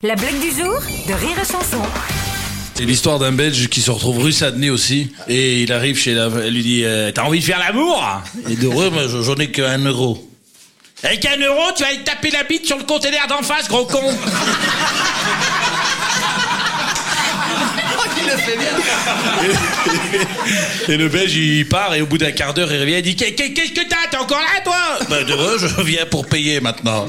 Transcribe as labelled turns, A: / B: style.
A: La blague du jour de Rire et Chanson.
B: C'est l'histoire d'un Belge qui se retrouve rue Sadenay aussi. Et il arrive chez la. Elle lui dit euh, T'as envie de faire l'amour Et de heureux, moi, j'en ai qu'un euro. Avec un euro, tu vas aller taper la bite sur le conteneur d'en face, gros con Et le Belge, il part et au bout d'un quart d'heure, il revient et dit Qu'est- qu'est- Qu'est-ce que t'as T'es encore là, toi Ben, de heureux, je reviens pour payer maintenant.